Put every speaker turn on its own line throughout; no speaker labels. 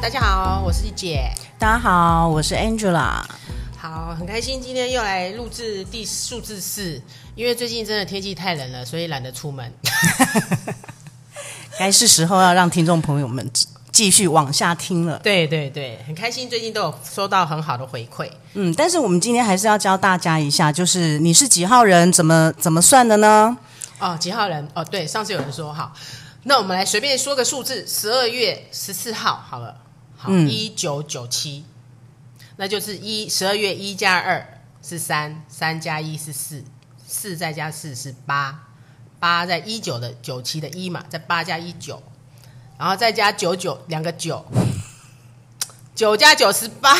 大家好，我是姐。
大家好，我是 Angela。
好，很开心今天又来录制第数字四，因为最近真的天气太冷了，所以懒得出门。
该是时候要让听众朋友们继继续往下听了。
对对对，很开心最近都有收到很好的回馈。
嗯，但是我们今天还是要教大家一下，就是你是几号人，怎么怎么算的呢？
哦，几号人？哦，对，上次有人说好，那我们来随便说个数字，十二月十四号好了，好，
嗯
一九九七，那就是一十二月一加二是三，三加一是四，四再加四是八，八在一九的九七的一嘛，再八加一九，然后再加九九两个九。九加九十八，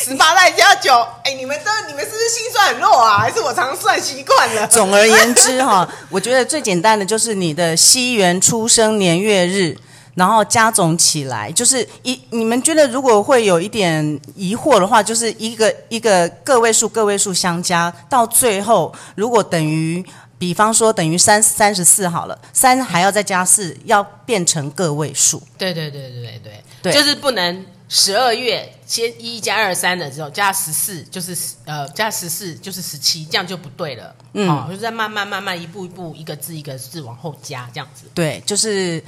十八再加九，哎，你们这你们是不是心算很弱啊？还是我常算习惯了？
总而言之哈、我觉得最简单的就是你的西元出生年月日，然后加总起来，就是一你们觉得如果会有一点疑惑的话，就是一个一个个位数个位数相加，到最后如果等于。比方说等于三三十四好了，三还要再加四，要变成个位数。
对对对对对
对
就是不能十二月先一加二三了之后加十四，就是10呃加十四就是十七，这样就不对了。
嗯
哦，就是在慢慢慢慢一步一步一个字一个字往后加这样子。
对，就是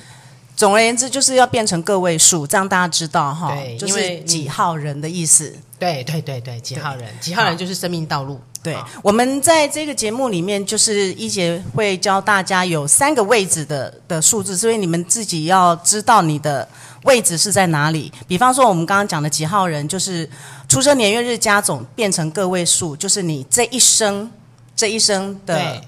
总而言之，就是要变成个位数，这样大家知道哈
对，
就
因为
是几号人的意思。
对对对对，几号人？几号人就是生命道路。
对
好，
我们在这个节目里面，就是一姐会教大家有三个位置的的数字，所以你们自己要知道你的位置是在哪里。比方说，我们刚刚讲的几号人，就是出生年月日加总变成个位数，就是你这一生这一生的
对，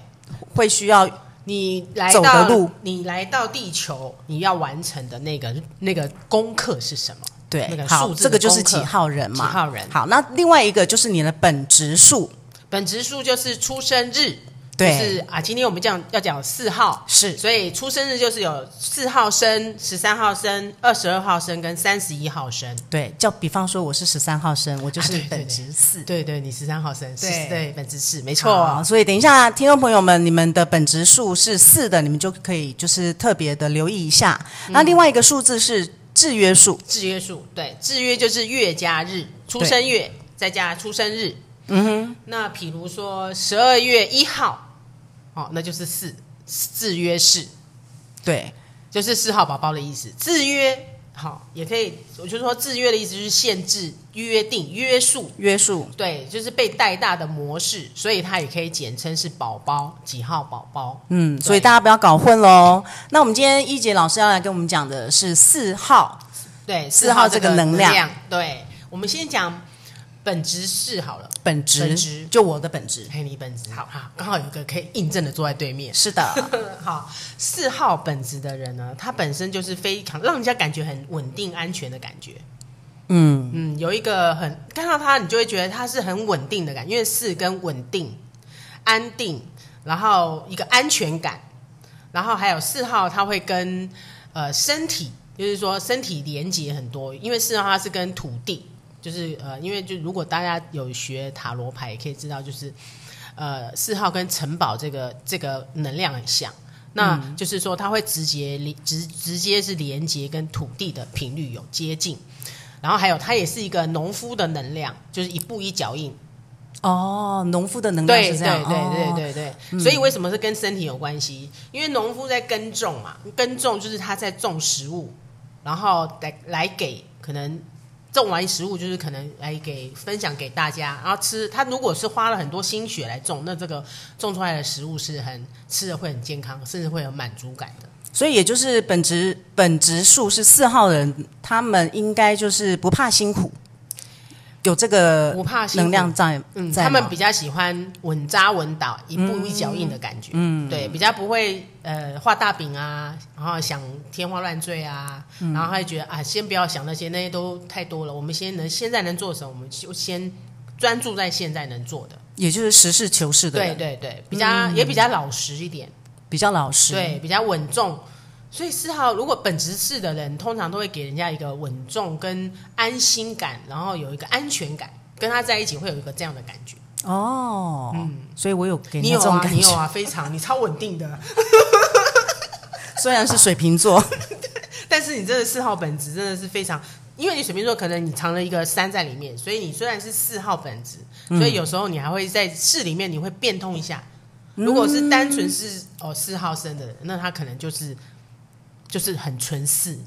会需要
你来
走
到
的路
你来到地球，你要完成的那个那个功课是什么？
对
那个，
好，
数字
这个
的
就
功
是
课
几号人嘛？
几号人
好，那另外一个就是你的本职数，
本职数就是出生日，就
对，
是啊，今天我们讲要讲四号，
是
所以出生日就是有四号生、十三号生、二十二号生跟三十一号生。
对，就比方说我是十三号生，我就
啊对
是
对
本
对
职四、
对对，你十三号生，
对
是对，本质是没
好
错。
啊所以等一下，听众朋友们，你们的本职数是四的，你们就可以就是特别的留意一下。那
嗯
另外一个数字是制约数，
制约数，对，制约就是月加日，出生月再加出生日。嗯哼，那比如说十二月一号，哦，那就是四，制约是。
对，
就是四号宝宝的意思。制约好，也可以，我就说制约的意思就是限制、约定、约束。
约束，
对，就是被带大的模式，所以它也可以简称是宝宝几号宝宝。
嗯，所以
对
大家不要搞混喽。那我们今天一姐老师要来跟我们讲的是四号，
对，
四
四
号
号
这
这
个
个
能
能
量
对，我们先讲本质是好了，
本职，
本职
就我的本职，
黑你本质好哈，刚好有个可以印证的坐在对面。
是的，
好，四号本质的人呢，他本身就是非常让人家感觉很稳定、安全的感觉。
嗯。
嗯，有一个很看到他，你就会觉得他是很稳定的感觉，因为四跟稳定、安定，然后一个安全感，然后还有四号，他会跟呃身体，就是说身体连接很多，因为四号它是跟土地，就是呃，因为就如果大家有学塔罗牌，也可以知道就是呃四号跟城堡这个这个能量很像。那就是说，它会直接连直直接是连接跟土地的频率有接近，然后还有它也是一个农夫的能量，就是一步一脚印。
哦，农夫的能量
对对
是这样，
对对
哦
对对，所以为什么是跟身体有关系？因为农夫在耕种嘛，耕种就是他在种食物，然后来来给可能种完食物就是可能来给分享给大家，然后吃。他如果是花了很多心血来种，那这个种出来的食物是很吃的会很健康，甚至会有满足感的。
所以也就是本职本职数是四号人，他们应该就是不怕辛苦，有这个
不怕辛苦
能量在，
嗯，
在
他们
吗
比较喜欢稳扎稳打、一步一脚印的感觉。嗯，对，比较不会呃画大饼啊，然后想天花乱坠啊，
嗯
然后还觉得啊，先不要想那些，那些都太多了。我们先能现在能做什么，我们就先专注在现在能做的。
也就是实事求是的嗯
对
人，
对对，比较、也比较老实一点，
比较老实，
对，比较稳重。所以四号如果本职是的人，通常都会给人家一个稳重跟安心感，然后有一个安全感，跟他在一起会有一个这样的感觉。
哦，所以我有给
嗯你
这
有
种
啊，
感
你
觉，
有啊，非常，你超稳定的。
虽然是水瓶座，
但是你真的四号本质真的是非常因为你水瓶座可能你藏了一个三在里面，所以你虽然是四号本质，所
嗯
以有时候你还会在四里面你会变通一下。如果
嗯
是单纯是哦四号生的人，那他可能就是就是很纯四，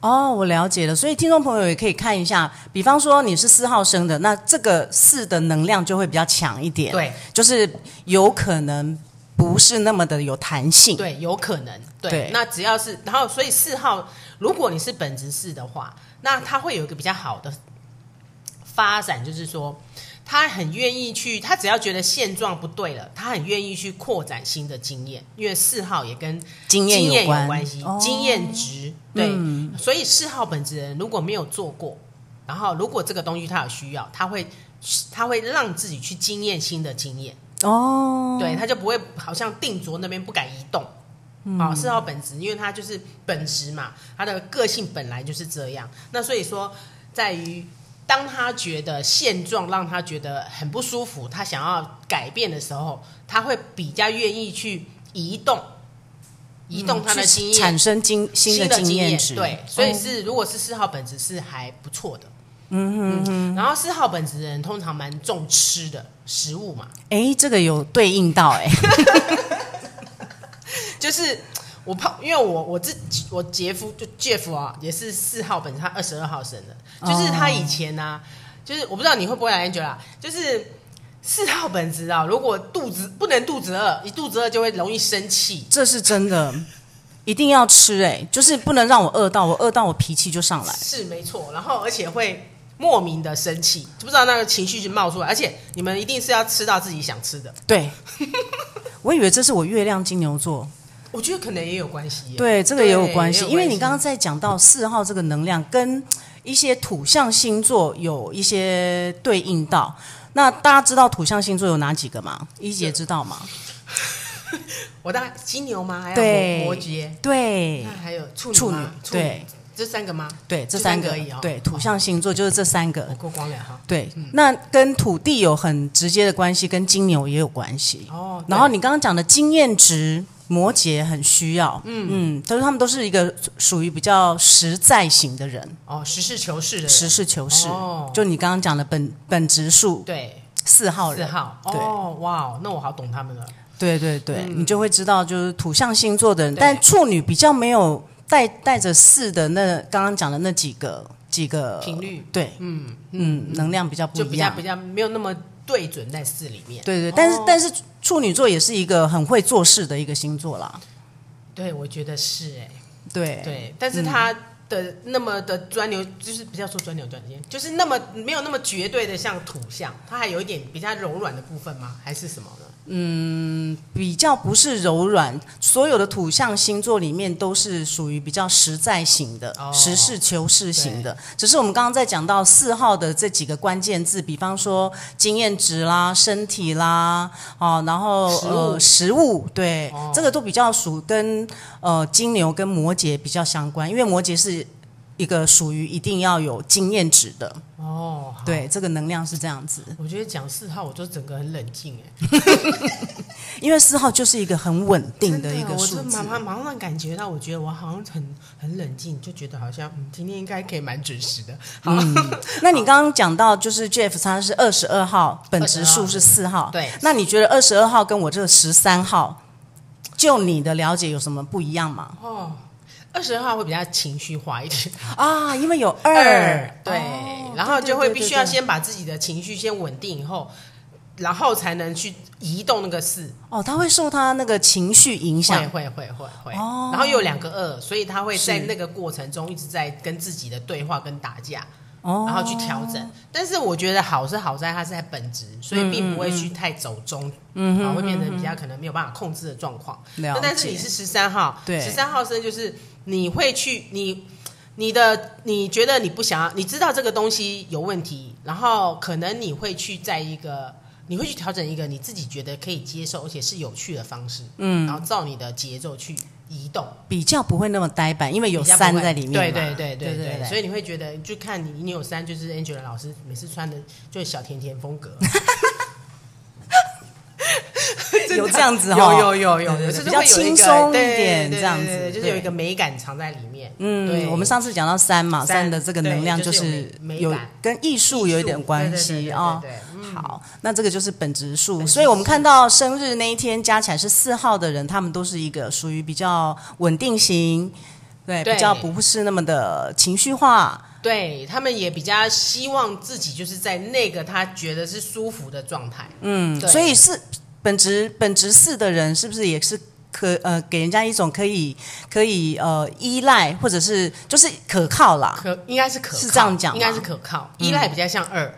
哦，我了解了，所以听众朋友也可以看一下，比方说你是四号生的，那这个四的能量就会比较强一点，，
对
就是有可能不是那么的有弹性，
对，有可能对。
对
那只要是然后，所以四号，如果你是本质四的话，那他会有一个比较好的发展，就是说他很愿意去，他只要觉得现状不对了，他很愿意去扩展新的经验，因为四号也跟
经验
经验有
关，
关系，
哦嗯
经验值对，所以四号本质人如果没有做过，然后如果这个东西他有需要，他会他会让自己去经验新的经验，
哦，嗯
对，他就不会好像定着那边不敢移动。好、四号本质，因为他就是本质嘛，他的个性本来就是这样。那所以说，在于当他觉得现状让他觉得很不舒服，他想要改变的时候，他会比较愿意去移动，移动他的
嗯去
经验，
产生经新的经验值，哦
对，所以是、如果是四号本质是还不错的。嗯嗯然后四号本质的人通常蛮重吃的食物嘛，
哎，这个有对应到哎，
就是我怕，因为我我自己我杰夫就 Jeff 啊，也是四号本，他二十二号生的，就是他以前呢、啊，就是我不知道你会不会来 Angela，就是。四号本质啊，如果肚子不能肚子饿，一肚子饿就会容易生气。
这是真的，一定要吃哎，就是不能让我饿到，我饿到我脾气就上来，
是没错，然后而且会莫名的生气，就不知道那个情绪就冒出来，而且你们一定是要吃到自己想吃的，
对， 我以为这是我月亮金牛座。
我觉得可能也有关系耶。
对，这个也有关系，
对也有
因为你刚刚在讲到四号这个能量跟一些土象星座有一些对应到。那大家知道土象星座有哪几个吗？一姐知道吗？
我大概金牛吗？还有
对
摩摩羯，
对
那，还有处
处
女
女
吗，处女
对
这三个吗？
对，这
就
三
三
个
个而已哦嗯
对，土象星座就是这三
我
个。
呃过光了哈。
对，那跟土地有很直接的关系，跟金牛也有关系。
哦，对
然后你刚刚讲的经验值，摩羯很需要，嗯嗯，但是他们都是一个属于比较实在型的人，
哦，实事求是的人
实事求是。
哦
就你刚刚讲的本本职数
对
四号
四
人，
号
对
哦，哇哦，那我好懂他们了。
对对对，
嗯
你就会知道就是土象星座的人，
对
但处女比较没有带带着四的那刚刚讲的那几个几个
频率，
对，嗯嗯，能量比较不
就比
一
较
样，
比较没有那么对准在四里面。
对对，但是、但是处女座也是一个很会做事的一个星座啦，
对，我觉得是哎，
对嗯
对，但是他的那么的钻牛，就是比较说钻牛角尖，就是那么没有那么绝对的像土象，它还有一点比较柔软的部分吗？还是什么呢？
比较不是柔软，所有的土象星座里面都是属于比较实在型的、
哦
实事求是型的。只是我们刚刚在讲到四号的这几个关键字，比方说经验值啦、身体啦，哦，然后
食物
呃食物，对，
哦
这个都比较属跟呃金牛跟摩羯比较相关，因为摩羯是一个属于一定要有经验值的，
哦，好，
对，这个能量是这样子。
我觉得讲四号，我就整个很冷静哎，
因为四号就是一个很稳定
真
一个
我
数
就
字
马。上马上感觉到，我觉得我好像很很冷静，就觉得好像嗯，今天应该可以蛮准时的。好，
那你刚刚讲到，就是 Jeff 他是二十二号，本职数是四号。
对
那你觉得二十二号跟我这个十三号，就你的了解有什么不一样吗？
哦，二十二号会比较情绪化一点，
啊，因为有
对，
哦
然后就会必须要
对对对对
先把自己的情绪先稳定以后，然后才能去移动那个四。
哦，他会受他那个情绪影响
会。会会会会，
哦
然后又有两个二，所以他会在
是
那个过程中一直在跟自己的对话跟打架，
哦，
然后去调整。但是我觉得好是好在它是在本质，所以并不会
嗯
去太走中，嗯，啊，会变成比较可能没有办法控制的状况。
了
那
解。
但是你是十三号，
对
十三号生就是你会去你你的你觉得你不想要，你知道这个东西有问题，然后可能你会去在一个。你会去调整一个你自己觉得可以接受而且是有趣的方式，嗯，然后照你的节奏去移动，
比较不会那么呆板，因为有
比较不会
三在里面
对
嘛。
对对
对
对对，所
以
以你会觉得，就看你你有三，就是 Angela 老师每次穿的就是小甜甜风格，真真的
有这样子哦
有有有有
对对
有，
对
就是
比较
会有一
轻
个
松一
对
点
对
这样
对对
子
对就是
对
有一个美感藏在里面。对
嗯，我们上次讲到三嘛，
三
三的这个能量
对就是
是
有美
有
感
跟艺术有一点
对
关
对对嗯
系
对
啊
对对对。
好，那这个就是本质数，
本质
所以我们看到生日那一天加起来是四号的人，他们都是一个属于比较稳定型，对，
对
比较不是那么的情绪化。
对他们也比较希望自己就是在那个他觉得是舒服的状态。嗯
所以是本职本职四的人，是不是也是可呃给人家一种可以可以呃依赖或者是就是可靠啦？
可应该是可靠
是这样讲吗嗯
应该是可靠，依赖比较像二，哦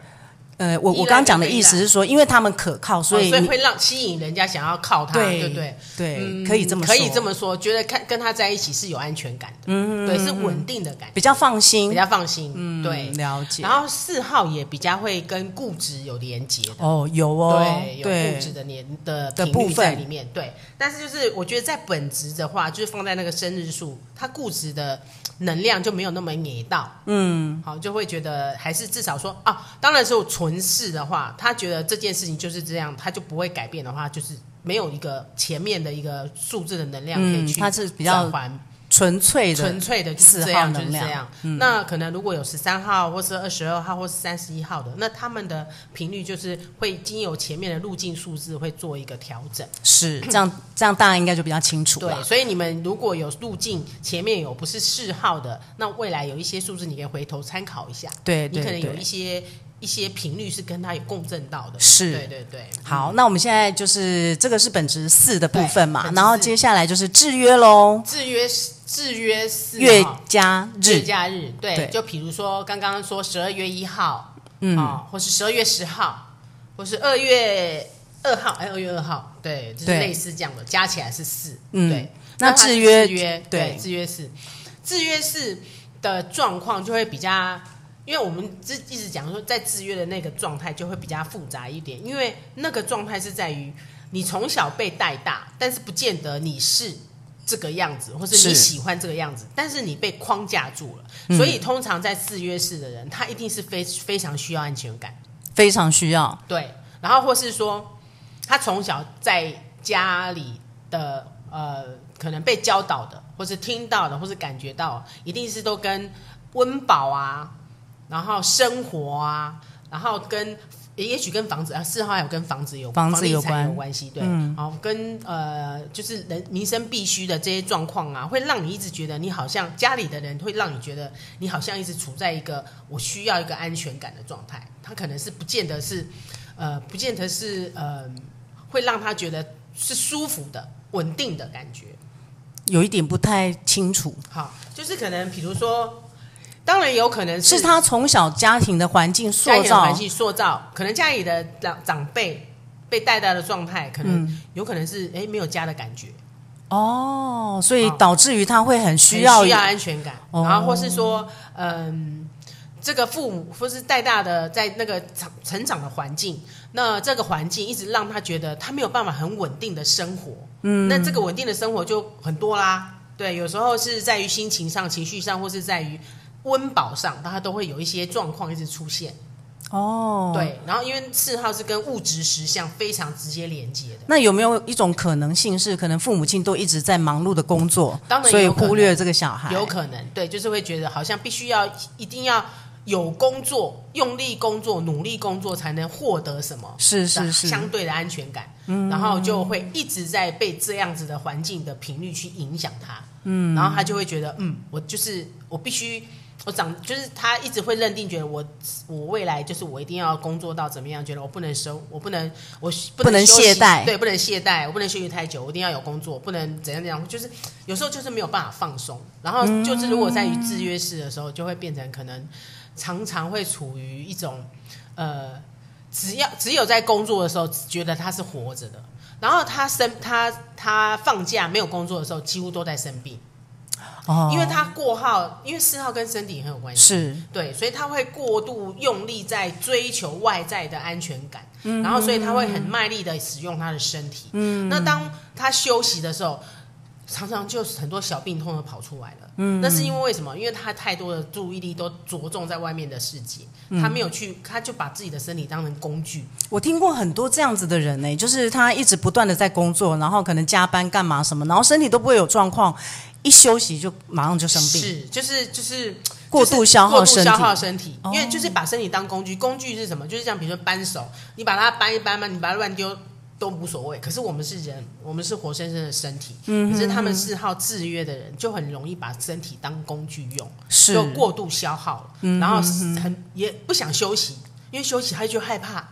呃，我
依
我
赖
刚刚讲的
跟被
意思是说，因为他们可靠，所
哦
以
所以
你
会让吸引人家想要靠他，
对
对不对？
对、
嗯
可以这么说
可以这么说，觉得看跟他在一起是有安全感的，嗯，对，是稳定的感觉，
比较放心，
比较放心，对
嗯。了解
然。后四号也比较会跟固执有连接的。
哦，有哦，
对，有固执
对，
的年的
的
频率
部分
在里面，对。但是就是我觉得在本质的话，就是放在那个生日数，它固执的能量就没有那么给到，嗯，好，就会觉得还是至少说啊，当然是有存世的话，他觉得这件事情就是这样，他就不会改变的话，就是没有一个前面的一个数字的能量可以
嗯
去
它是比较
转换
纯粹的，
纯粹的就是这
4号
样，就是
能
这
量嗯
样。那可能如果有十三号，或是二十二号，或是三十一号的，那他们的频率就是会经由前面的路径数字会做一个调整。
是 这样，这样大家应该就比较清楚
对，
了。
所以你们如果有路径前面有不是四号的，那未来有一些数字你可以回头参考一下，
对
你可能
对
有
对
一，些一些频率是跟它有共振到的。
是
对对对，
好，那我们现在就是这个是本职四的部分嘛
对，本质
然后
四
接下来就是制约喽，
制约制约四
月
号
加
日
日，
假日，对，
对
就比如说刚刚说十二月一号，
嗯
哦，或是十二月十号，或是二月二号，哎，二月二号，对，就是
对
类似这样的，加起来是四，
嗯
对。
那
它是
制约
制约，
对
对，制约四，制约四的状况就会比较，因为我们一一直讲说，在制约的那个状态就会比较复杂一点，因为那个状态是在于你从小被带大，但是不见得你是这个样子，或是你
是嗯
喜欢这个样子，但是你被框架住了，所以通常在制约式的人，他一定是非非常需要安全感，
非常需要，
对，然后或是说他从小在家里的呃，可能被教导的，或是听到的，或是感觉到，一定是都跟温饱啊，然后生活啊，然后跟。也也许跟房子啊，四号还有跟房子有
房子
地
有
产
关
有关系，对，
嗯
好跟呃就是人民生必须的这些状况啊，会让你一直觉得你好像家里的人会让你觉得你好像一直处在一个我需要一个安全感的状态，他可能是不见得是呃，不见得是呃，会让他觉得是舒服的、稳定的感觉。
有一点不太清楚，
好，就是可能比如说，当然有可能
是他从小家庭的环境塑
家里的环
造，
境塑造，可能家里的长长辈被带大的状态，可能、
嗯
有可能是哎没有家的感觉，
哦，所以
哦
导致于他会很需
很
要
需要安全感，
哦
然后或是说，嗯，这个父母或是带大的在那个成成长的环境，那这个环境一直让他觉得他没有办法很稳定的生活，嗯，那这个稳定的生活就很多啦，对，有时候是在于心情上、情绪上，或是在于温饱上，他都会有一些状况一直出现，
哦，。
对，然后因为四号是跟物质实相非常直接连接的。
那有没有一种可能性是，可能父母亲都一直在忙碌的工作，
当然
所以
有可能
忽略这个小孩？
有可能，对，就是会觉得好像必须要一定要有工作，用力工作，努力工作才能获得什么
是是嗯是，
相对的安全感，然后就会一直在被这样子的环境的频率去影响他，嗯，然后他就会觉得，嗯，我就是我必须。我长就是他一直会认定，觉得我我未来就是我一定要工作到怎么样，觉得我不能生，我不能我
不能
休息
懈怠
对，不能懈怠，我不能休息太久，我一定要有工作，不能怎样怎样，就是有时候就是没有办法放松。然后
嗯
就是如果在于制约式的时候，就会变成可能常常会处于一种呃只要只有在工作的时候觉得他是活着的，然后他生他他放假没有工作的时候，几乎都在生病，
哦，
因为他过号，因为四号跟身体很有关系，
是
对，所以他会过度用力在追求外在的安全感，然后所以他会很卖力的使用他的身体，嗯，那当他休息的时候。常常就是很多小病痛的跑出来了。嗯，那是因为为什么？因为他太多的注意力都着重在外面的世界，他没有去，他就把自己的身体当成工具。
我听过很多这样子的人呢、就是他一直不断的在工作，然后可能加班干嘛什么，然后身体都不会有状况，一休息就马上就生病，
是，就是就是
过度消耗
过度
身体。
消耗身体，
哦
因为就是把身体当工具。工具是什么？就是像比如说扳手，你把它扳一扳嘛，你把它乱丢都无所谓。可是我们是人，我们是活生生的身体，
嗯
可是他们是好制约的人，就很容易把身体当工具用，
是嗯
就过度消耗了，然后很也不想休息，因为休息他就害怕。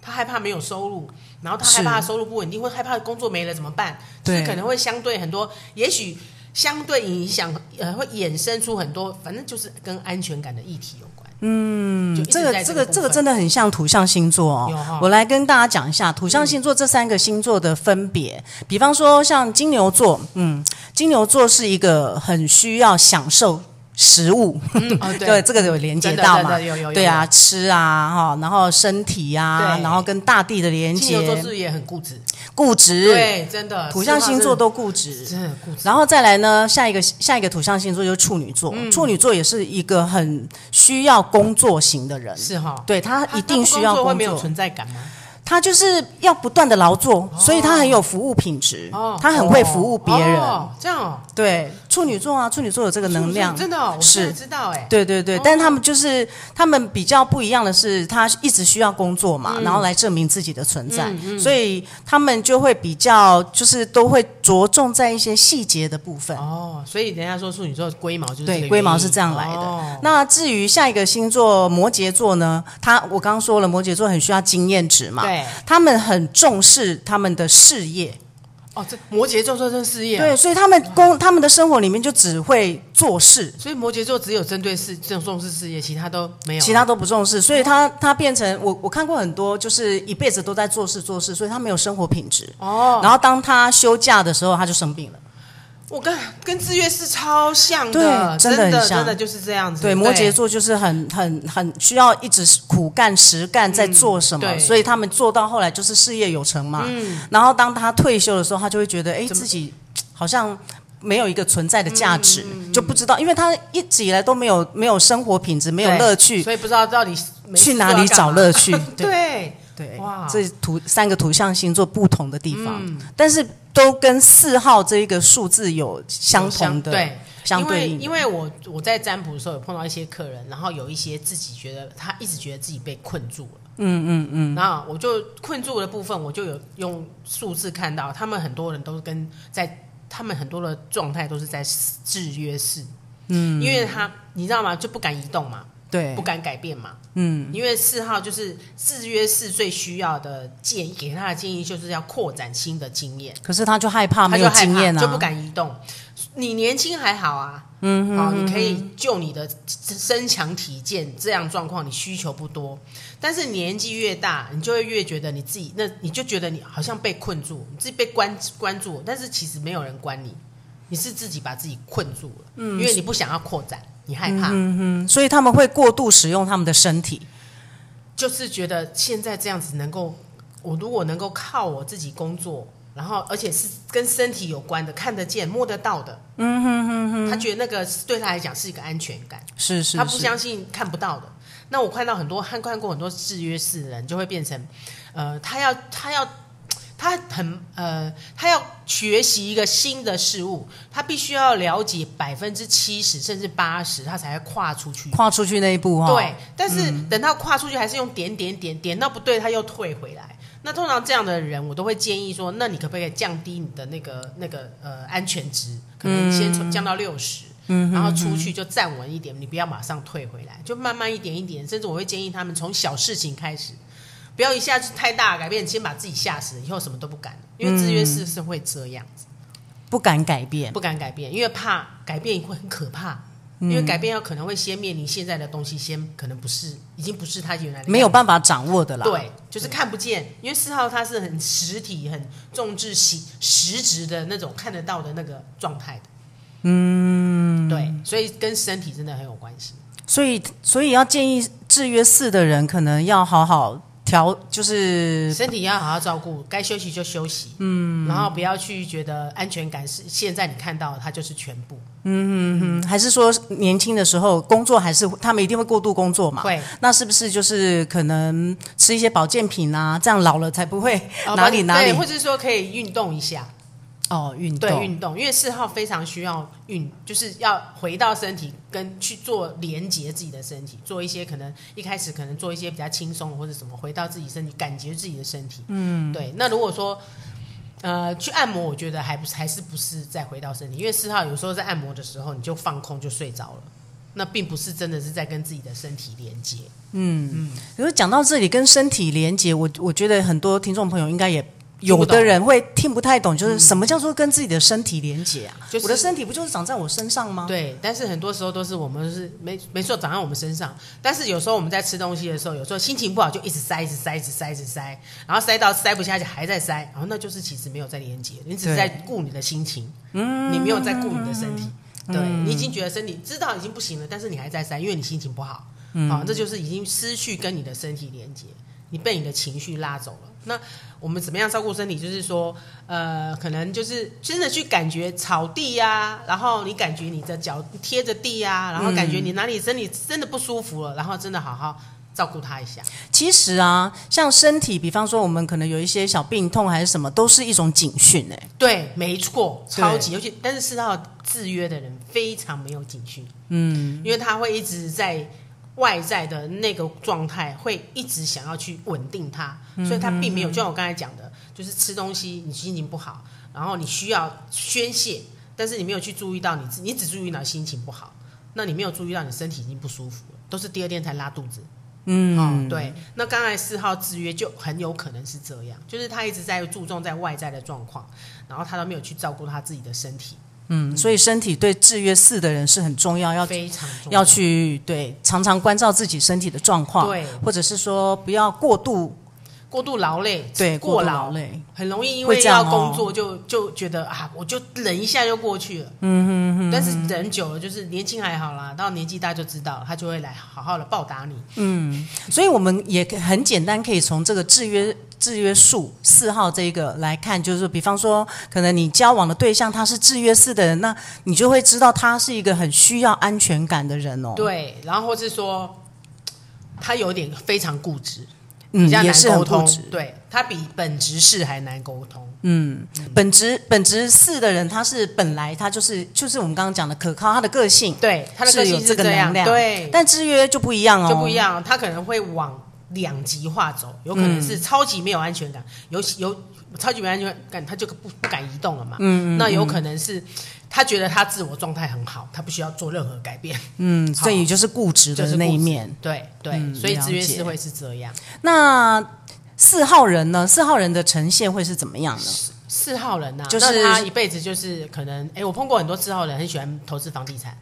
他害怕没有收入，然后他害怕
是
收入不稳定，或害怕工作没了怎么办？就是
对
可能会相对很多，也许相对影响，呃，会衍生出很多，反正就是跟安全感的议题有关。嗯，就一直
这个
在
这
这
个
部
这个
分
真的很像土象星座
有哈
哦。我来跟大家讲一下土象星座这三个星座的分别。比方说像金牛座，嗯，金牛座是一个很需要享受食物，
嗯哦，
对，这个有连接
真的
到
真
嘛
的？有有有
对啊，，吃啊，哈，然后身体啊，
对
然后跟大地的连
有金牛座是不
接，
是也很固执？
固执，
对，真的，
土象星座
都
都固执。
真的固执。
然后再来呢，下一个下一个土象星座就是处女座，
嗯
处女座也是一个很需要工作型的人，
是哈，
对他
他
一定需要
他不工作会
工
没有
作，
存在感吗？
他就是要不断的劳作，所以他很有服务品质
哦，，
他很会服务别人。
哦，这样哦，
对，处女座啊，处女座有这个能
是
量
不是，真的哦，我现在
是
知道哎，
对对对，
哦
但他们就是他们比较不一样的是，他一直需要工作
嗯
嘛，然后来证明自己的存在，所以他们就会比较就是都会着重在一些细节的部分。
哦，所以人家说处女座龟毛就是这个
对，龟毛
原因
是这样来的。
哦
那至于下一个星座摩羯座呢？他我刚刚说了，摩羯座很需要经验值嘛，
对，
他们很重视他们的事业，
哦，这摩羯座做这事业，，啊
对，所以他们工他们的生活里面就只会做事，
所以摩羯座只有针对事这种重视事业，其他都没有。啊
其他都不重视，所以他他变成我我看过很多，就是一辈子都在做事做事，所以他没有生活品质。
哦，嗯
然后当他休假的时候，他就生病了。
我跟跟制约是超像的，
对真的
真
很像
真的就是这样子。
对，摩羯座就是很很很需要一直苦干实干在做什么，
对嗯
所以他们做到后来就是事业有成嘛。然后当他退休的时候，他就会觉得，哎，自己好像。没有一个存在的价值，
嗯
就不知道，因为他一直以来都没有没有生活品质，没有
对
乐趣，
嗯所以不知道到底没
去哪里找 乐趣？对
对，
对，
哇嗯
这图三个图像星座不同的地方，但是都跟四号这一个数字有相同的
对。
相
因
对
为
应的
因为我我在占卜的时候有碰到一些客人，然后有一些自己觉得他一直觉得自己被困住了，嗯嗯嗯，然后我就困住的部分，我就有用数字看到，他们很多人都是跟在他们很多的状态都是在制约式，嗯，因为他你知道吗，就不敢移动嘛，
对
不敢改变嘛，
嗯，
因为四号就是制约式最需要的建议，给他的建议就是要扩展新的经验。
可是他就害怕
他
没
就
有
害
经
怕
验啊，
就不敢移动。你年轻还好啊，嗯，哦，你可以就你的身强体健这样状况，你需求不多。但是年纪越大，你就会越觉得你自己，那你就觉得你好像被困住，你自己被关关住，但是其实没有人关你，你是自己把自己困住了，嗯，因为你不想要扩展，你害怕，
嗯，所以他们会过度使用他们的身体。
就是觉得现在这样子能够，我如果能够靠我自己工作，然后而且是跟身体有关的，看得见、摸得到的，嗯哼哼哼，他觉得那个是对他来讲是一个安全感，
是是
他不
是
相信看不到的。那我看到很多看看过很多制约式的人，就会变成，呃，他要他要他很呃，他要学习一个新的事物，他必须要了解百分之七十甚至八十，他才会跨出去。
跨出去那一步哈、
对，，但是等到跨出去还是用点点点点到不对，他又退回来。那通常这样的人，我都会建议说，那你可不可以降低你的那个那个呃安全值，可能先从降到六十、然后出去就站稳一点，你不要马上退回来，就慢慢一点一点。甚至我会建议他们从小事情开始，不要一下子太大的改变，先把自己吓死，以后什么都不敢了。因为制约式是会这样子，
不敢改变。
不敢改变，因为怕改变会很可怕。
嗯
因为改变要可能会先面临现在的东西，先可能不是，已经不是他原来的
没有
样子
办法掌握的啦，，
对，就是看不见。因为四号他是很实体、很重视实实质的那种看得到的那个状态的。嗯，对，所以跟身体真的很有关系。
所以所以要建议制约四的人，可能要好好调，就是
身体要好好照顾，该休息就休息，嗯，然后不要去觉得安全感是现在你看到的它就是全部，
嗯，还是说年轻的时候工作还是他们一定会过度工作嘛？
会
那是不是就是可能吃一些保健品啊？这样老了才不会 哪里哪里
哦对，或者是说可以运动一下，
哦，运
对，
动。
运动，因为四号非常需要运，就是要回到身体跟去做连接自己的身体，做一些可能一开始可能做一些比较轻松的或者什么，回到自己身体，感觉自己的身体。嗯，对。那如果说呃去按摩，我觉得还不是还是不是再回到身体，因为四号有时候在按摩的时候你就放空就睡着了，那并不是真的是在跟自己的身体连接。
如果讲到这里跟身体连接，我我觉得很多听众朋友应该也。
听
有
不懂
的人会听不太懂，就是什么叫做跟自己的身体连接啊？
就是
我的身体不就是长在我身上吗？
对，但是很多时候都是我们是没没错长在我们身上，但是有时候我们在吃东西的时候，有时候心情不好就一直塞，一直塞，一直塞，一直塞，然后塞到塞不下去还在塞，然后那就是其实没有在连接，你只是在顾你的心情，你没有在顾你的身体，对你已经觉得身体知道已经不行了，但是你还在塞，因为你心情不好，啊，这就是已经失去跟你的身体连接，你被你的情绪拉走了。那我们怎么样照顾身体？就是说，呃，可能就是真的去感觉草地呀、然后你感觉你的脚贴着地呀、然后感觉你哪里身体真的不舒服了，然后真的好好照顾它一下。
其实啊，像身体，比方说我们可能有一些小病痛还是什么，都是一种警讯哎、
对，没错，
对
超级，尤其但是四号制约的人非常没有警讯，嗯，因为他会一直在外在的那个状态，会一直想要去稳定他，所以他并没有，就像我刚才讲的，就是吃东西，你心情不好，然后你需要宣泄，但是你没有去注意到你自，你只注意到心情不好，那你没有注意到你身体已经不舒服了，都是第二天才拉肚子，嗯，对。那刚才四号制约就很有可能是这样，就是他一直在注重在外在的状况，然后他都没有去照顾他自己的身体，
嗯，所以身体对制约四的人是很重要，要
非常重
要去对常常关照自己身体的状况，
对
或者是说不要过度
过度劳累，
对
过
度
劳，
累，
很容易因
会
为
这样
要
哦
工作就就觉得啊，我就忍一下就过去了，嗯哼但是忍久了，就是年轻还好啦，到年纪大就知道了，他就会来好好的报答你，
所以我们也可很简单，可以从这个制约制约数四号这一个来看，就是比方说，可能你交往的对象他是制约四的人，那你就会知道他是一个很需要安全感的人哦。，
对，然后或是说他有点非常固执，
嗯，
比较
也是
难
很
沟
固
通
执，。
对他比本职是还难沟通。
本质本质四的人，他是本来他就是就是我们刚刚讲的可靠，他的个性。
对，他的
是
个
有
性
这个
这样，
能量，
对，
但制约就不一样哦，
就不一。样，他可能会往两极化走，有可
嗯
能是超级没有安全感，有有超级没有安全感，他就不不敢移动了嘛。嗯那有可能是他觉得他自我状态很好，他不需要做任何改变，
嗯，所以就是固执
就
的
是
那一
固执
面。。
对对，
嗯
所以
了
制约
解
是会是这样。
那四号人呢？四号人的呈现会是怎么样呢？
四号人呐、啊
就
那
是
他一辈子就是可能，哎，我碰过很多四号人，很喜欢投资房地产，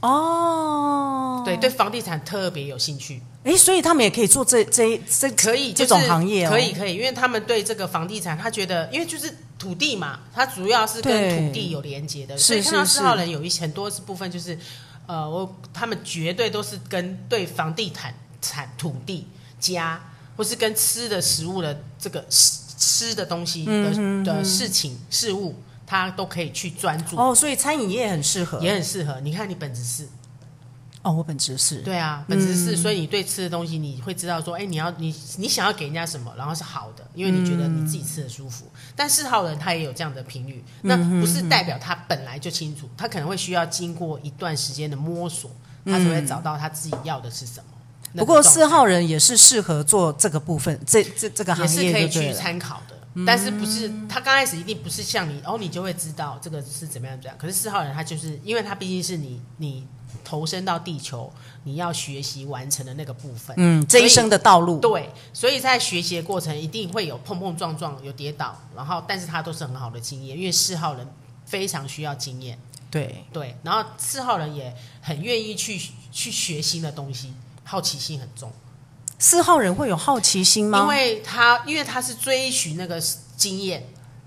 哦，
对，对房地产特别有兴趣。
哎，所以他们也可以做这这这
可以
这
就是
种行业哦，
可以可以，因为他们对这个房地产，他觉得因为就是土地嘛，它主要是
对
跟土地有连接的，
是
所以看到
是
四
是
号人有一些很多是部分就是，呃，我他们绝对都是跟对房地产产土地家，或是跟吃的食物的这个吃吃的东西
嗯
的、的事情事物，他都可以去专注，
哦，所以餐饮业很适合。
也很适合。你看你本质是。
哦，我本职是
对啊，本质
嗯
是，所以你对吃的东西，你会知道说，哎、你要你你想要给人家什么，然后是好的，因为你觉得你自
嗯
己吃的舒服。但四号人他也有这样的频率，那
嗯
不是代表他本来就清楚，他可能会需要经过一段时间的摸索，他才会找到他自己要的是什么。那
嗯不
个
过
状态
四号人也是适合做这个部分，这这这个
也
行
是可
业
以
就对
去
了。嗯
参考的，但是不是他刚开始一定不是像你哦，你就会知道这个是怎么样怎么样。可是四号人他就是，因为他毕竟是你你投身到地球，你要学习完成的那个部分，
嗯，这一生的道路，
对，所以在学习的过程一定会有碰碰撞撞，有跌倒，然后但是它都是很好的经验，因为四号人非常需要经验，
对，
对，然后四号人也很愿意去去学新的东西，好奇心很重，
四号人会有好奇心吗？
因为他因为他是追寻那个经验。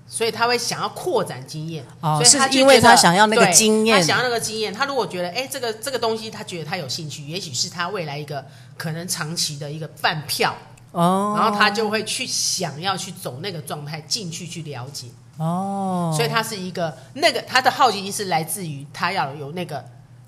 所以他会想要扩展经验，所
哦
以他
是
就
因为
觉得
他想要那个
对
经验
他想要那个经验。他如果觉得，哎，这个这个东西，他觉得他有兴趣，也许是他未来一个可能长期的一个饭票，
哦，
然后他就会去想要去走那个状态进去去了解，
哦，
所以他是一个那个他的好奇心是来自于他要有那个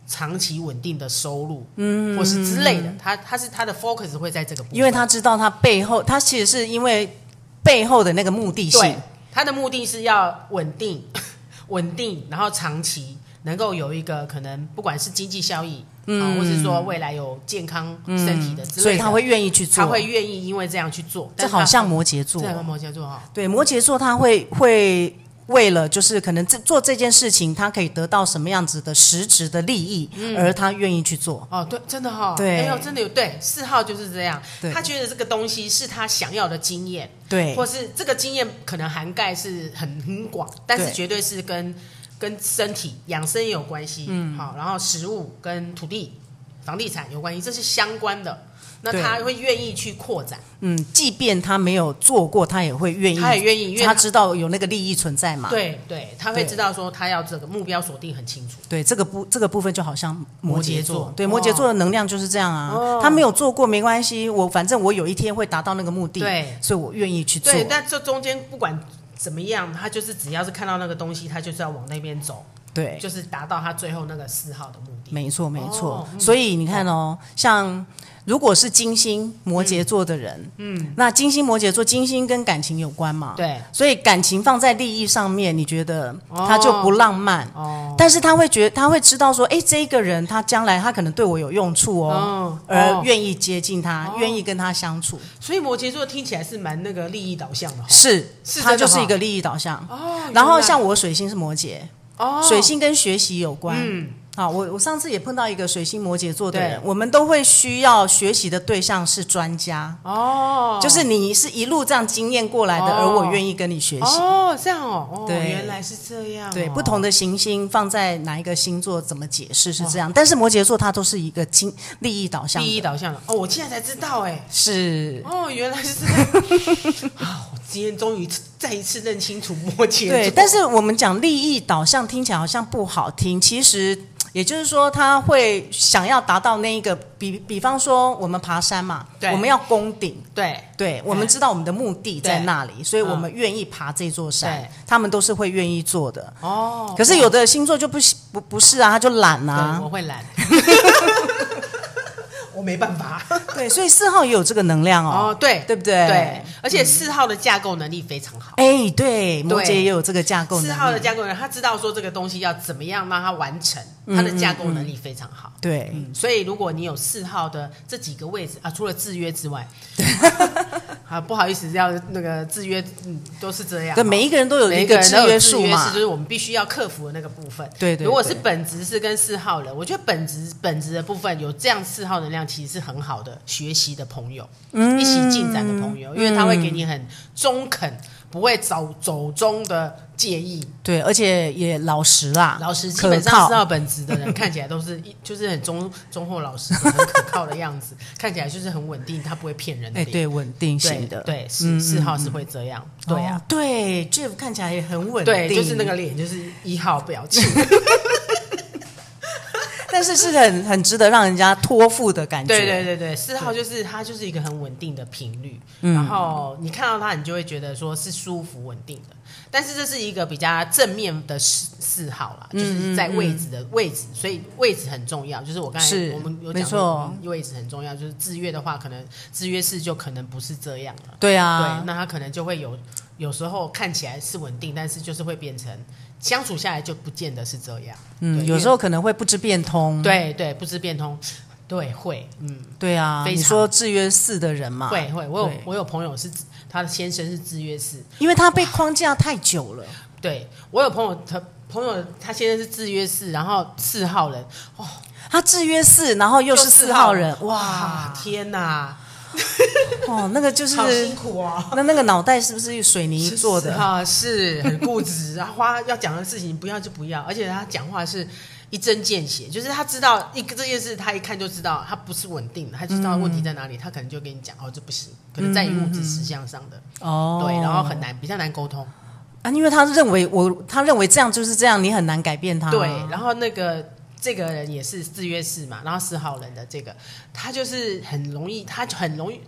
长期稳定的收入，嗯，或是之类的，他他是他的 focus 会在这个部分，
因为他知道他背后，他其实是因为背后的那个目的
对
性，
他的目的是要稳定 稳定，然后长期能够有一个可能不管是经济效益，嗯、或是说未来有健康身体的之类的，
所以他会愿意去做。
他会愿意因为这样去做，
这
但
好
他
像摩羯座
这，个摩羯座哈。
对摩羯座他会会为了就是可能这做这件事情，他可以得到什么样子的实质的利益，
嗯
而他愿意去做。
哦，对，真的哈、哦，
对
哎呦，真的有对四号就是这样
对，
他觉得这个东西是他想要的经验，
对
或是这个经验可能涵盖是很很广，但是
对
绝对是跟跟身体养生也有关系，嗯，好，然后食物跟土地、房地产有关系，这是相关的。那
对
他会愿意去扩展，
嗯，即便他没有做过，他也会愿意，
他也愿意，因为
他
他
知道有那个利益存在嘛。
对对，他会
对
知道说他要这个目标锁定很清楚。
对，这个部这个部分就好像摩羯
摩羯座
对
哦
摩羯座的能量就是这样啊，
哦
他没有做过没关系，我反正我有一天会达到那个目的，
对
所以我愿意去做。
对，但这中间不管怎么样，他就是只要是看到那个东西，他就是要往那边走。
对
就是达到他最后那个四号的目的。
没错，没错。
嗯
所以你看哦，像如果是金星摩羯座的人，嗯，那金星摩羯座，金星跟感情有关嘛，，
对，
所以感情放在利益上面，你觉得
哦
他就不浪漫，
哦，
但是他会觉他会知道说，哎，这一个人他将来他可能对我有用处哦，
哦，
而
哦
愿意接近他，
哦
愿意跟他相处，
所以摩羯座听起来是蛮那个利益导向的哈。
是
是
他
真的
就是
哈
一个利益导向。
哦，
然后
原来
像我水星是摩羯，
哦，
水星跟学习有关，
嗯，
啊，我我上次也碰到一个水星摩羯座的人，
对
我们都会需要学习的对象是专家，
哦，
就是你是一路这样经验过来的，
哦
而我愿意跟你学习。
哦，这样哦，哦，
对
原来是这样哦，
对，不同的行星放在哪一个星座怎么解释是这样，但是摩羯座它都是一个经利益导向
哦
的，
利益导向的。哦，我现在才知道哎，
是。
哦，原来 是这样。啊，我今天终于再一次认清楚摩羯座。
对，但是我们讲利益导向听起来好像不好听，其实也就是说他会想要达到那一个，比比方说我们爬山嘛，
对
我们要攻顶，
对
对，我们知道我们的目的在那里，所以我们愿意爬这座山
嗯对，
他们都是会愿意做的。
哦，
可是有的星座就不喜不不是啊，他就懒
对
啊
我，会懒， 我没办法。
对，所以四号也有这个能量哦，
哦，对
对不对？嗯
对，，而且四号的架构能力非常好。
哎，对，摩羯
对
也有这个架构
四
能
号
力
的，架构能力，他知道说这个东西要怎么样让它完成，他
嗯
的架构能力非常好。
对，
嗯，所以如果你有四号的这几个位置啊，除了制约之外， 啊，不好意思，要那个制约，嗯，都是这样。
对，每一个人都有
每
一
一个人
制
都有
约
制
数
是
嘛
就，是我们必须要克服的那个部分。
对对
如果是
对
本质是跟四号人，我觉得本质本质的部分有这样四号能量，其实是很好的学习的朋友，
嗯
一起进展的朋友，因为他会给你很中肯，不会走走中的建议。
对，而且也老实啦，
老师基
可
本上
靠
四，号本质的人，看起来都是一 就是很忠忠厚老实、很可靠的样子，看起来就是很稳定，他不会骗人的
哎，
脸。
对，稳定
对
型的，嗯
对，四四号是会这样，对啊
哦，，对，Jeff 看起来也很哦稳定，
对，就是那个脸，就是一号表情。
但是是很很值得让人家托付的感觉。
对对对对，四号就是它就是一个很稳定的频率，
嗯
然后你看到它，你就会觉得说是舒服稳定的。但是这是一个比较正面的四四号
嗯
啦，就是在位置的位置，所以位置很重要。就是我刚才
是
我们有
没
讲
错
说，嗯位置很重要。就是制约的话，可能制约式就可能不是这样了。
对
对
啊，，
那它可能就会有有时候看起来是稳定，但是就是会变成相处下来就不见得是这样。对
嗯，
因
有
为
时候可能会不知变通。
对对不知变通，对会嗯。
对啊，
非
你
常
说制约四的人嘛，，
会会，我有
对
我有朋友是他的先生是制约式，
因为他被框架太久了，
对我有朋友他朋友他先生是制约式，然后四号人
他制约四，然后又是四号人，
哇
哇，
天哪，
哦，那个就是
好辛苦哦。
那那个脑袋是不是水泥做
是
的？
啊，是很固执，啊，花要讲的事情不要就不要，而且他讲话是一针见血，就是他知道一个这件事，他一看就知道他不是稳定的，他就知道问题在哪里，他可能就跟你讲哦，这不行，可能在于物质实相上的，
嗯哦，
对，然后很难比较难沟通。
啊，因为他认为我，他认为这样就是这样，你很难改变他。
对，然后那个这个人也是制约式嘛，然后四号人的这个，他就是很容易，他就很容易，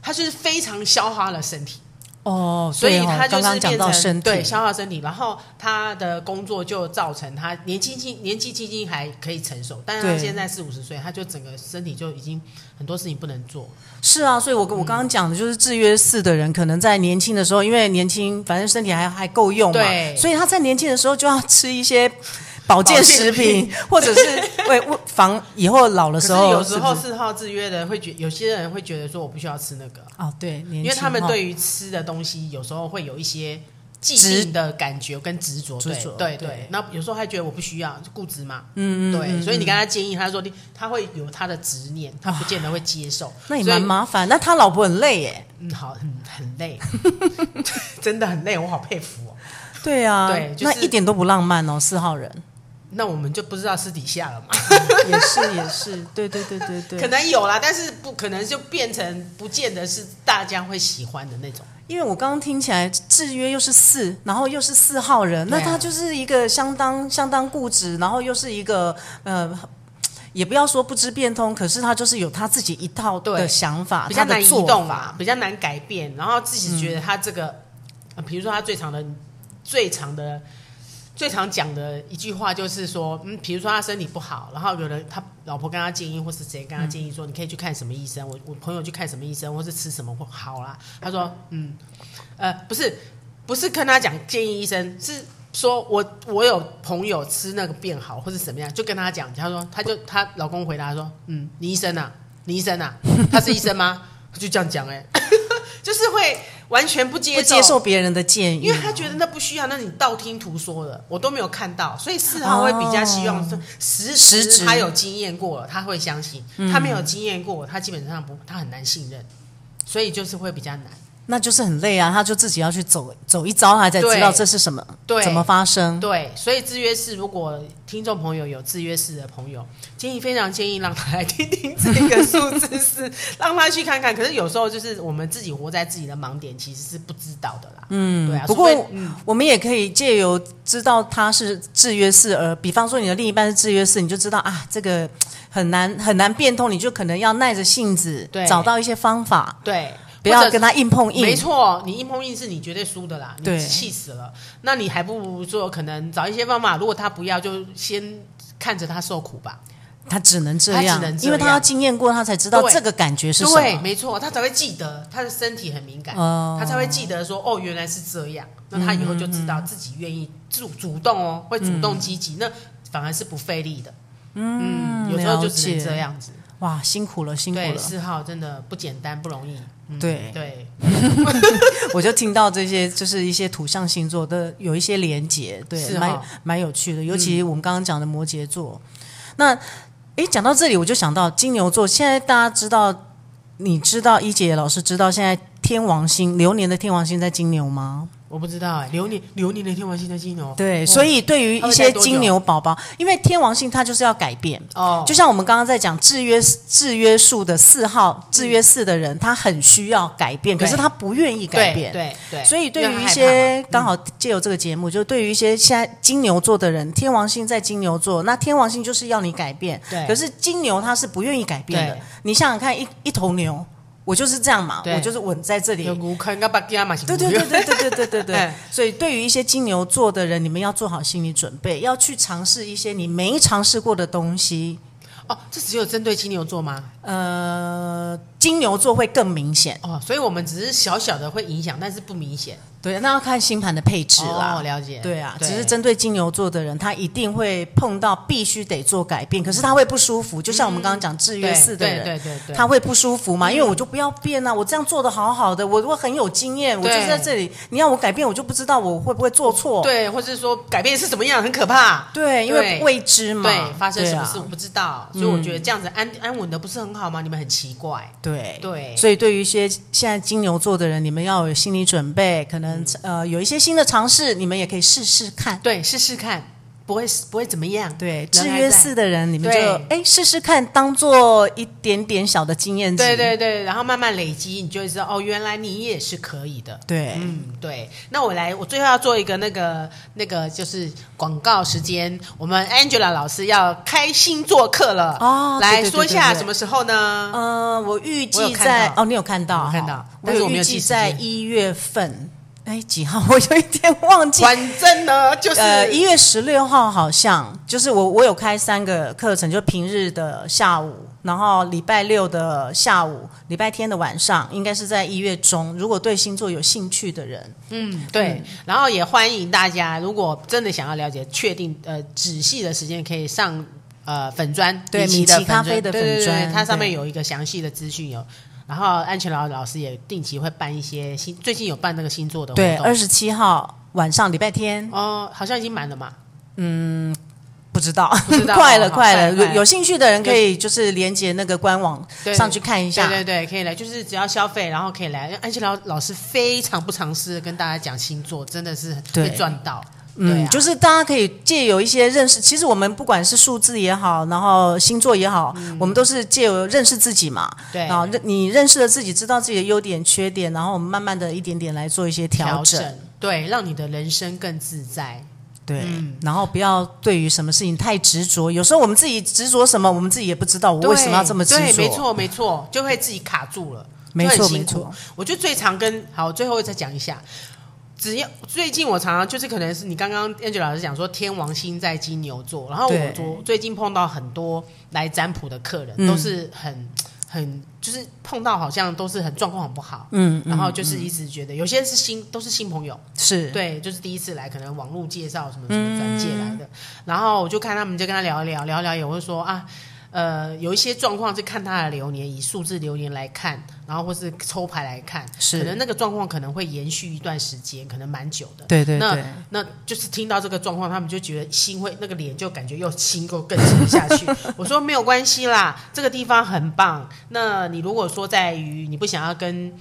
它就是非常消化了身体，
哦，
所以
对哦
它就是
刚刚
变成
讲到身体，
对消化身体，然后他的工作就造成他年轻轻年纪轻轻还可以承受，但是他
对
现在四五十岁，他就整个身体就已经很多事情不能做，
是啊，所以我
嗯
我刚刚讲的就是制约四的人，可能在年轻的时候，因为年轻，反正身体还还够用嘛
对，
所以他在年轻的时候就要吃一些保健
保健
食品，
品
或者是为为防以后老的
可
时
是
候，
有时候
是
四号制约的会觉，有些人会觉得说我不需要吃那个，
不是哦，对，年轻
因为他们
哈
对于吃的东西有时候会有一些既定的感觉跟执着，
执
对
着
对
对
对。那有时候还觉得我不需要，就固执嘛，嗯对。所以你跟他建议，他说你他会有他的执念，他不见得会接受。
啊那也
所以
蛮麻烦。那他老婆很累耶，
嗯，好，很很 累，真的很累，我好佩服哦。
对啊，
对就是
那一点都不浪漫哦，四号人
那我们就不知道私底下了嘛，
也是也是，对对对对对，
可能有啦，但是不可能就变成不见得是大家会喜欢的那种。
因为我刚刚听起来制约又是四，然后又是四号人，那
对啊
他就是一个相当相当固执，然后又是一个呃，也不要说不知变通，可是他就是有他自己一套的
对
想法，
比较
他
难
的
移
做
动
法嗯
吧，。比较难改变，然后自己觉得他这个，呃比如说他最长的、最长的、最常讲的一句话就是说，嗯，比如说他身体不好，然后有人他老婆跟他建议，或是谁跟
嗯
他建议说，你可以去看什么医生，我我朋友去看什么医生，或是吃什么会好啦。他说，嗯，呃，不是，不是跟他讲建议医生，是说我我有朋友吃那个变好或是怎么样，就跟他讲，他说他就他老公回答说，嗯，你医生啊，你医生啊，他是医生吗？ 他就这样讲哎、 就是会完全不接
不接受啊别人的建议，
因为他觉得那不需要，那你道听途说的，我都没有看到，所以四号会比较希望
哦
是实
实质
质他有经验过了，他会相信；
嗯
他没有经验过，他基本上不，他很难信任，所以就是会比较难。
那就是很累啊，他就自己要去走走一遭，他才知
对
道这是什么，
对
怎么发生。
对，所以制约式，如果听众朋友有制约式的朋友，建议非常建议让他来听听这个数字四，让他去看看。可是有时候就是我们自己活在自己的盲点，其实是不知道的啦。嗯，对啊。
不
除非
过，我们也可以借由知道他是制约式，而比方说你的另一半是制约式，你就知道啊，这个很难很难变通，你就可能要耐着性子
对
找到一些方法，
对，
不要
或者
跟他硬碰硬。
没错，你硬碰硬是你绝对输的啦，
对
你气死了。那你还不如说可能找一些方法，如果他不要，就先看着他受苦吧。
他只能这
他
样，
只能这
因
样
为他要经验过，他才知道
对
这个感觉是什
对，
么。
没错，他才会记得，他的身体很敏感，
哦
他才会记得说哦，原来是这样。那他以后就知道自己愿意主主动哦，会主动积极，那反而是不费力的。嗯，有时候就只
了
能
解
这样子。
哇，辛苦了，辛苦
对，
了。
四号真的不简单，不容易。嗯
对
对，
我就听到这些，就是一些土象星座的有一些连结，对，
是哦
蛮蛮有趣的。尤其我们刚刚讲的摩羯座，
嗯
那诶，讲到这里，我就想到金牛座。现在大家知道，你知道一姐老师知道现在天王星流年的天王星在金牛吗？
我不知道哎，流年流年的天王星在金牛，
对，
哦
所以对于
它
一
会
些
待多久
金牛宝宝，因为天王星它就是要改变，
哦，
就像我们刚刚在讲制约制约数的四号制约四的人，他很需要改变，可
嗯对
是他不愿意改变。
对对对，
所以对
因
于
为
一
他害
些
怕嗯嘛
刚好借由这个节目，就对于一些现在金牛座的人，天王星在金牛座，那天王星就是要你改变，
对
可是金牛他是不愿意改变的
对。
你想想看，一一头牛，我就是这样嘛，
对
我就是稳在这里。
有牛坑跟白鸡嘛是
对
牛，
对对对对对对对对
哎，
所以对于一些金牛座的人，你们要做好心理准备，要去尝试一些你没尝试过的东西。
哦，这只有针对金牛座吗？
呃，金牛座会更明显，
哦，所以我们只是小小的会影响，但是不明显，
对，那要看星盘的配置啦。
哦，了解，
对啊，
对
只是针对金牛座的人，他一定会碰到必须得做改变，可是他会不舒服。就像我们刚刚讲制
嗯
约
对
式的
对
人，
对对嗯对，
他会不舒服嘛？因为我就不要变啊，我这样做的好好的，我我很有经验，我就
对
在这里，你要我改变，我就不知道我会不会做错。
对，或是说改变是什么样，很可怕。
对，因为
对
未知嘛，
对，啊发生什么事
对
我
啊
不知道，所以我觉得这样子安安稳的不是很好吗？你们很奇怪，
对
对
所以对于一些现在金牛座的人，你们要有
嗯
心理准备，可能、呃有一些新的尝试，你们也可以试试看。
对，试试看，不会不会怎么样。
对，
人
制
还
约
在
四的人，你们就
对
哎试试看，当做一点点小的经验值。
对对对，然后慢慢累积，你就会知道哦，原来你也是可以的。
对，
嗯，对。那我来，我最后要做一个那个那个就是广告时间，我们 Angela 老师要开星座课了
哦对
来
对对
说一
对
下
对
什么时候呢？
呃，我预
嗯我
计
有看
在
到
哦，你有看到
我
哈，
看到
我
但是我
有
没有
预
记
计
时
在
间
一月份，哎几号？ 我有一点忘记。
反正呢，就是
呃，一月十六号好像就是我我有开三个课程，就平日的下午，然后礼拜六的下午，礼拜天的晚上，应该是在一月中。如果对星座有兴趣的人，
嗯，对，然后也欢迎大家，如果真的想要了解确定呃仔细的时间，可以上呃粉砖
对
米奇的
米奇咖啡
粉
的
专对对
粉专
对对它上面
对
有一个详细的资讯有。然后安全老老师也定期会办一些星，最近有办那个星座的活
对，
动
二，十七号晚上礼拜天，
哦，好像已经满了嘛，
不知道，
知道 哦
快了
好
快
快
了，
快
有有兴趣的人可以就是连接那个官网
对
上去看一下。
对对对，可以来，就是只要消费，然后可以来。安全老老师非常不藏私，跟大家讲星座，真的是会
对
赚到。对
嗯，
啊
就是大家可以借由一些认识，其实我们不管是数字也好，然后星座也好，我们都是借由认识自己嘛。
嗯对
然后认你认识了自己，知道自己的优点、缺点，然后我们慢慢的一点点来做一些调整。
对，让你的人生更自在。
对，
嗯
然后不要对于什么事情太执着。有时候我们自己执着什么，我们自己也不知道我为什么要这么执着。
对，没，错没错，就会自己卡住了，
没
就
错，
很
没
辛苦
错。。
我就最常跟好，最后再讲一下。只要最近我常常就是可能是你刚刚 Angela 老师讲说天王星在金牛座，然后我
对
昨最近碰到很多来占卜的客人，
嗯
都是很很就是碰到好像都是很状况很不好，
嗯，
然后
嗯
就是一直觉得有些是新都是新朋友，
是
对，就是第一次来，可能网络介绍什么什么转介来的，然后我就看他们就跟他聊一聊，聊一聊也会说啊，呃，有一些状况是看他的流年，以数字流年来看，然后或是抽牌来看，
是
可能那个状况可能会延续一段时间，可能蛮久的。
对对
那
对
那就是听到这个状况，他们就觉得心会那个脸就感觉又心够更沉下 去。我说没有关系啦，这个地方很棒。那你如果说在于你不想要跟，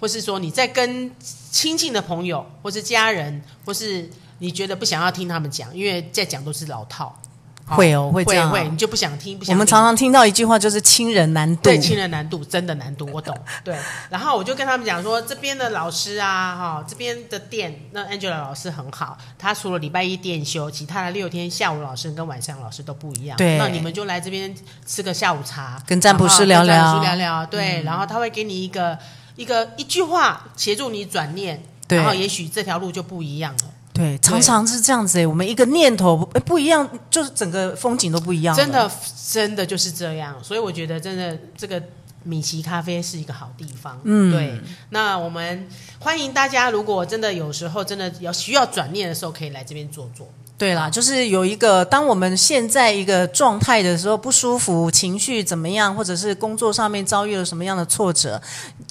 或是说你在跟亲近的朋友，或是家人，或是你觉得不想要听他们讲，因为在讲都是老套，
会哦，会
会
这样哦。
会，你就不想听，不想
我们
听
常常听到一句话，就是亲人难度。
对亲人难度真的难度，我懂。对，然后我就跟他们讲说，这边的老师啊，哈、这边的店，那 Angela 老师很好，他除了礼拜一店休，其他的六天下午老师跟晚上老师都不一样。
对
那你们就来这边吃个下午茶，
跟占卜师
然后跟
聊
占卜师聊
聊嗯
聊，对，然后他会给你一个一个一句话协助你转念，
对
然后也许这条路就不一样了。
对，常常是这样子诶。我们一个念头不不一样，就是整个风景都不一样。
真，的，真的就是这样。所以我觉得，真的这个米奇咖啡是一个好地方。嗯，对。那我们欢迎大家，如果真的有时候真的有需要转念的时候，可以来这边坐坐。
对啦，就是有一个，当我们现在一个状态的时候不舒服，情绪怎么样，或者是工作上面遭遇了什么样的挫折，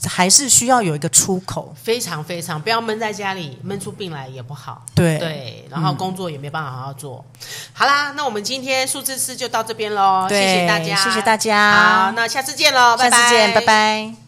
还是需要有一个出口。
非常非常，不要闷在家里，闷出病来也不好。
对，
对，然后工作也没办法好好做。好啦，那我们今天数字四就到这边喽，谢
对
谢大家，
谢谢大家
好，那下次见喽，
下次见，拜拜